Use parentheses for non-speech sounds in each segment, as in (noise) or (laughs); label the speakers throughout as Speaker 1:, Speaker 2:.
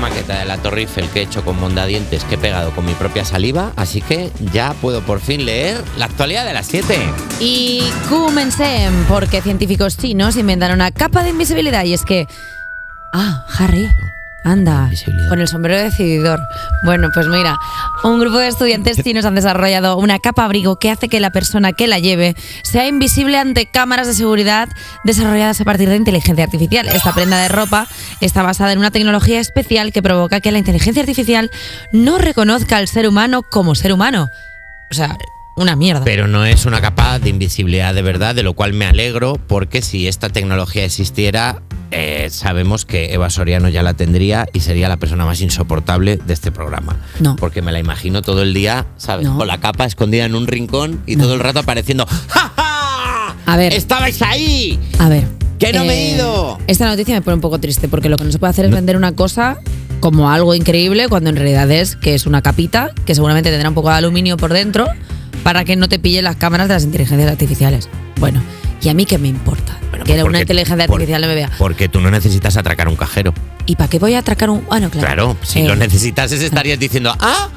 Speaker 1: maqueta de la Torre Eiffel que he hecho con mondadientes que he pegado con mi propia saliva, así que ya puedo por fin leer la actualidad de las 7.
Speaker 2: Y comencem, porque científicos chinos inventaron una capa de invisibilidad y es que... Ah, Harry. Anda, con el sombrero de decididor. Bueno, pues mira, un grupo de estudiantes chinos han desarrollado una capa abrigo que hace que la persona que la lleve sea invisible ante cámaras de seguridad desarrolladas a partir de inteligencia artificial. Esta prenda de ropa está basada en una tecnología especial que provoca que la inteligencia artificial no reconozca al ser humano como ser humano. O sea, una mierda.
Speaker 1: Pero no es una capa de invisibilidad de verdad, de lo cual me alegro, porque si esta tecnología existiera, eh, sabemos que Eva Soriano ya la tendría y sería la persona más insoportable de este programa.
Speaker 2: No.
Speaker 1: Porque me la imagino todo el día, ¿sabes?
Speaker 2: No.
Speaker 1: Con la capa escondida en un rincón y todo el rato apareciendo. ¡Ja, ja!
Speaker 2: A ver.
Speaker 1: ¡Estabais ahí!
Speaker 2: A ver. eh,
Speaker 1: ¡Que no me he ido!
Speaker 2: Esta noticia me pone un poco triste porque lo que no se puede hacer es vender una cosa como algo increíble cuando en realidad es que es una capita que seguramente tendrá un poco de aluminio por dentro para que no te pille las cámaras de las inteligencias artificiales. Bueno, ¿y a mí qué me importa?
Speaker 1: Bueno,
Speaker 2: que
Speaker 1: pues
Speaker 2: una
Speaker 1: porque-
Speaker 2: inteligencia
Speaker 1: por-
Speaker 2: artificial no me vea.
Speaker 1: Porque tú no necesitas atracar un cajero.
Speaker 2: ¿Y para qué voy a atracar un...? Ah, no, claro.
Speaker 1: Claro, si
Speaker 2: Eh,
Speaker 1: lo necesitases estarías diciendo, ¡ah!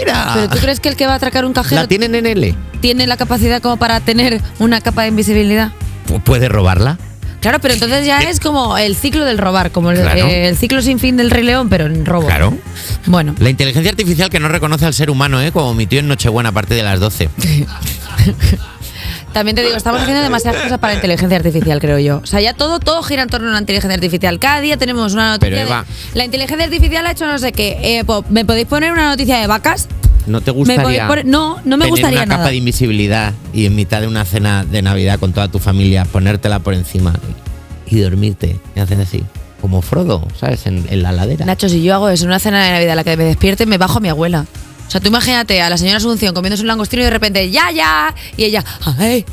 Speaker 1: ¡Mira!
Speaker 2: ¿Pero tú crees que el que va a atracar un cajero
Speaker 1: Ah. ¿La tienen en L?
Speaker 2: tiene la capacidad como para tener una capa de invisibilidad?
Speaker 1: Pu- ¿Puede robarla?
Speaker 2: Claro, pero entonces ya es como el ciclo del robar, como el,
Speaker 1: Claro.
Speaker 2: eh, el ciclo sin fin del Rey León, pero en robo.
Speaker 1: Claro.
Speaker 2: Bueno,
Speaker 1: La inteligencia artificial que no reconoce al ser humano, ¿eh? Como mi tío en Nochebuena a partir de las 12.
Speaker 2: también te digo, estamos haciendo demasiadas cosas para la inteligencia artificial, creo yo. O sea, ya todo, todo gira en torno a una inteligencia artificial. Cada día tenemos una noticia.
Speaker 1: Pero,
Speaker 2: de,
Speaker 1: Eva-
Speaker 2: la inteligencia artificial ha hecho no sé qué. Eh, po- ¿Me podéis poner una noticia de vacas?
Speaker 1: ¿No te
Speaker 2: podéis
Speaker 1: gustaría?
Speaker 2: poner- no, no me
Speaker 1: tener
Speaker 2: gustaría
Speaker 1: una
Speaker 2: nada.
Speaker 1: capa de invisibilidad y en mitad de una cena de Navidad con toda tu familia ponértela por encima y dormirte y hacer así, como Frodo, ¿sabes? En, en la ladera.
Speaker 2: Nacho, si yo hago eso en una cena de Navidad, a la que me despierte, me bajo a mi abuela. O sea, tú imagínate a la señora Asunción comiéndose un langostino y de repente, ya, ya, y ella, ay.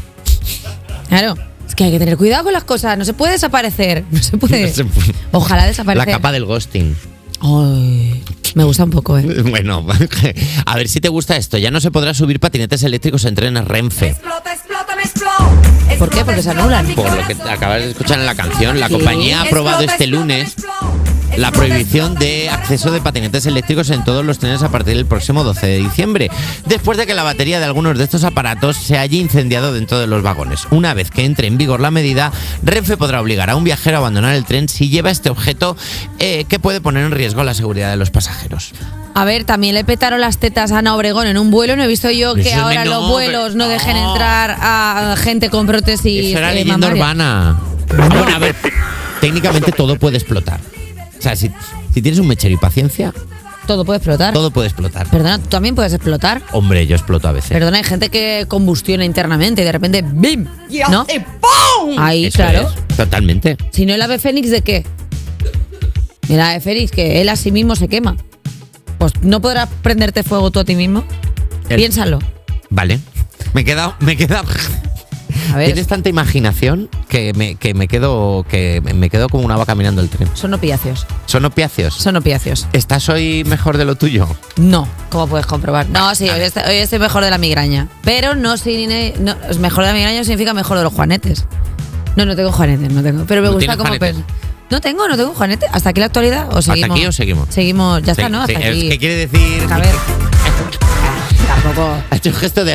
Speaker 2: Claro, es que hay que tener cuidado con las cosas, no se puede desaparecer, no se
Speaker 1: (laughs)
Speaker 2: puede.
Speaker 1: No se puede.
Speaker 2: Ojalá
Speaker 1: la
Speaker 2: desaparezca.
Speaker 1: capa del ghosting.
Speaker 2: Ay, me gusta un poco, ¿eh?
Speaker 1: (laughs) Bueno, a ver si te gusta esto. Ya no se podrá subir patinetes eléctricos en trenes Renfe.
Speaker 2: ¿Por qué? Porque se anulan.
Speaker 1: Por lo que acabas de escuchar en la canción, la
Speaker 2: Sí.
Speaker 1: compañía ha aprobado este lunes la prohibición de acceso de patinetes eléctricos en todos los trenes a partir del próximo 12 de diciembre, después de que la batería de algunos de estos aparatos se haya incendiado dentro de los vagones. Una vez que entre en vigor la medida, Renfe podrá obligar a un viajero a abandonar el tren si lleva este objeto eh, que puede poner en riesgo la seguridad de los pasajeros.
Speaker 2: A ver, también le petaron las tetas a Ana Obregón en un vuelo. No he visto yo que
Speaker 1: Eso
Speaker 2: ahora
Speaker 1: no,
Speaker 2: los vuelos no dejen
Speaker 1: no.
Speaker 2: entrar a gente con prótesis.
Speaker 1: Eso era
Speaker 2: eh,
Speaker 1: leyenda
Speaker 2: mamaria.
Speaker 1: urbana. Ah, bueno, a ver, técnicamente todo puede explotar. O sea, si, si tienes un mechero y paciencia,
Speaker 2: Todo puede explotar.
Speaker 1: todo puede explotar.
Speaker 2: Perdona, tú también puedes explotar.
Speaker 1: Hombre, yo exploto a veces.
Speaker 2: Perdona, hay gente que combustiona internamente y de repente ¡bim! ¿No? Ahí,
Speaker 1: Eso
Speaker 2: claro.
Speaker 1: es, totalmente.
Speaker 2: Si no el ave fénix, ¿de qué? El ave fénix, que él a sí mismo se quema. Pues no podrás prenderte fuego tú a ti mismo.
Speaker 1: El-
Speaker 2: Piénsalo.
Speaker 1: Vale. Me he quedado. Me he quedado.
Speaker 2: A ver,
Speaker 1: Tienes tanta imaginación que me, que me quedo que me- me quedo como una vaca mirando el tren.
Speaker 2: son opiáceos.
Speaker 1: Son opiáceos.
Speaker 2: Son opiáceos.
Speaker 1: ¿Estás hoy mejor de lo tuyo?
Speaker 2: No, como puedes comprobar. No, sí, hoy estoy, hoy estoy mejor de la migraña. Pero no sin. no, mejor de la migraña significa mejor de los juanetes. No, no tengo juanetes, no tengo. Pero me
Speaker 1: ¿No
Speaker 2: gusta
Speaker 1: tienes
Speaker 2: como
Speaker 1: juanetes?
Speaker 2: pens- No tengo, no tengo juanetes. ¿Hasta aquí la actualidad? ¿O seguimos?
Speaker 1: aquí o seguimos?
Speaker 2: Seguimos, ya está,
Speaker 1: Sí, Eh,
Speaker 2: ¿no?
Speaker 1: sí,
Speaker 2: Hasta
Speaker 1: es (laughs)
Speaker 2: aquí.
Speaker 1: que quiere decir?
Speaker 2: A ver. Tampoco.
Speaker 1: Ha hecho un gesto de.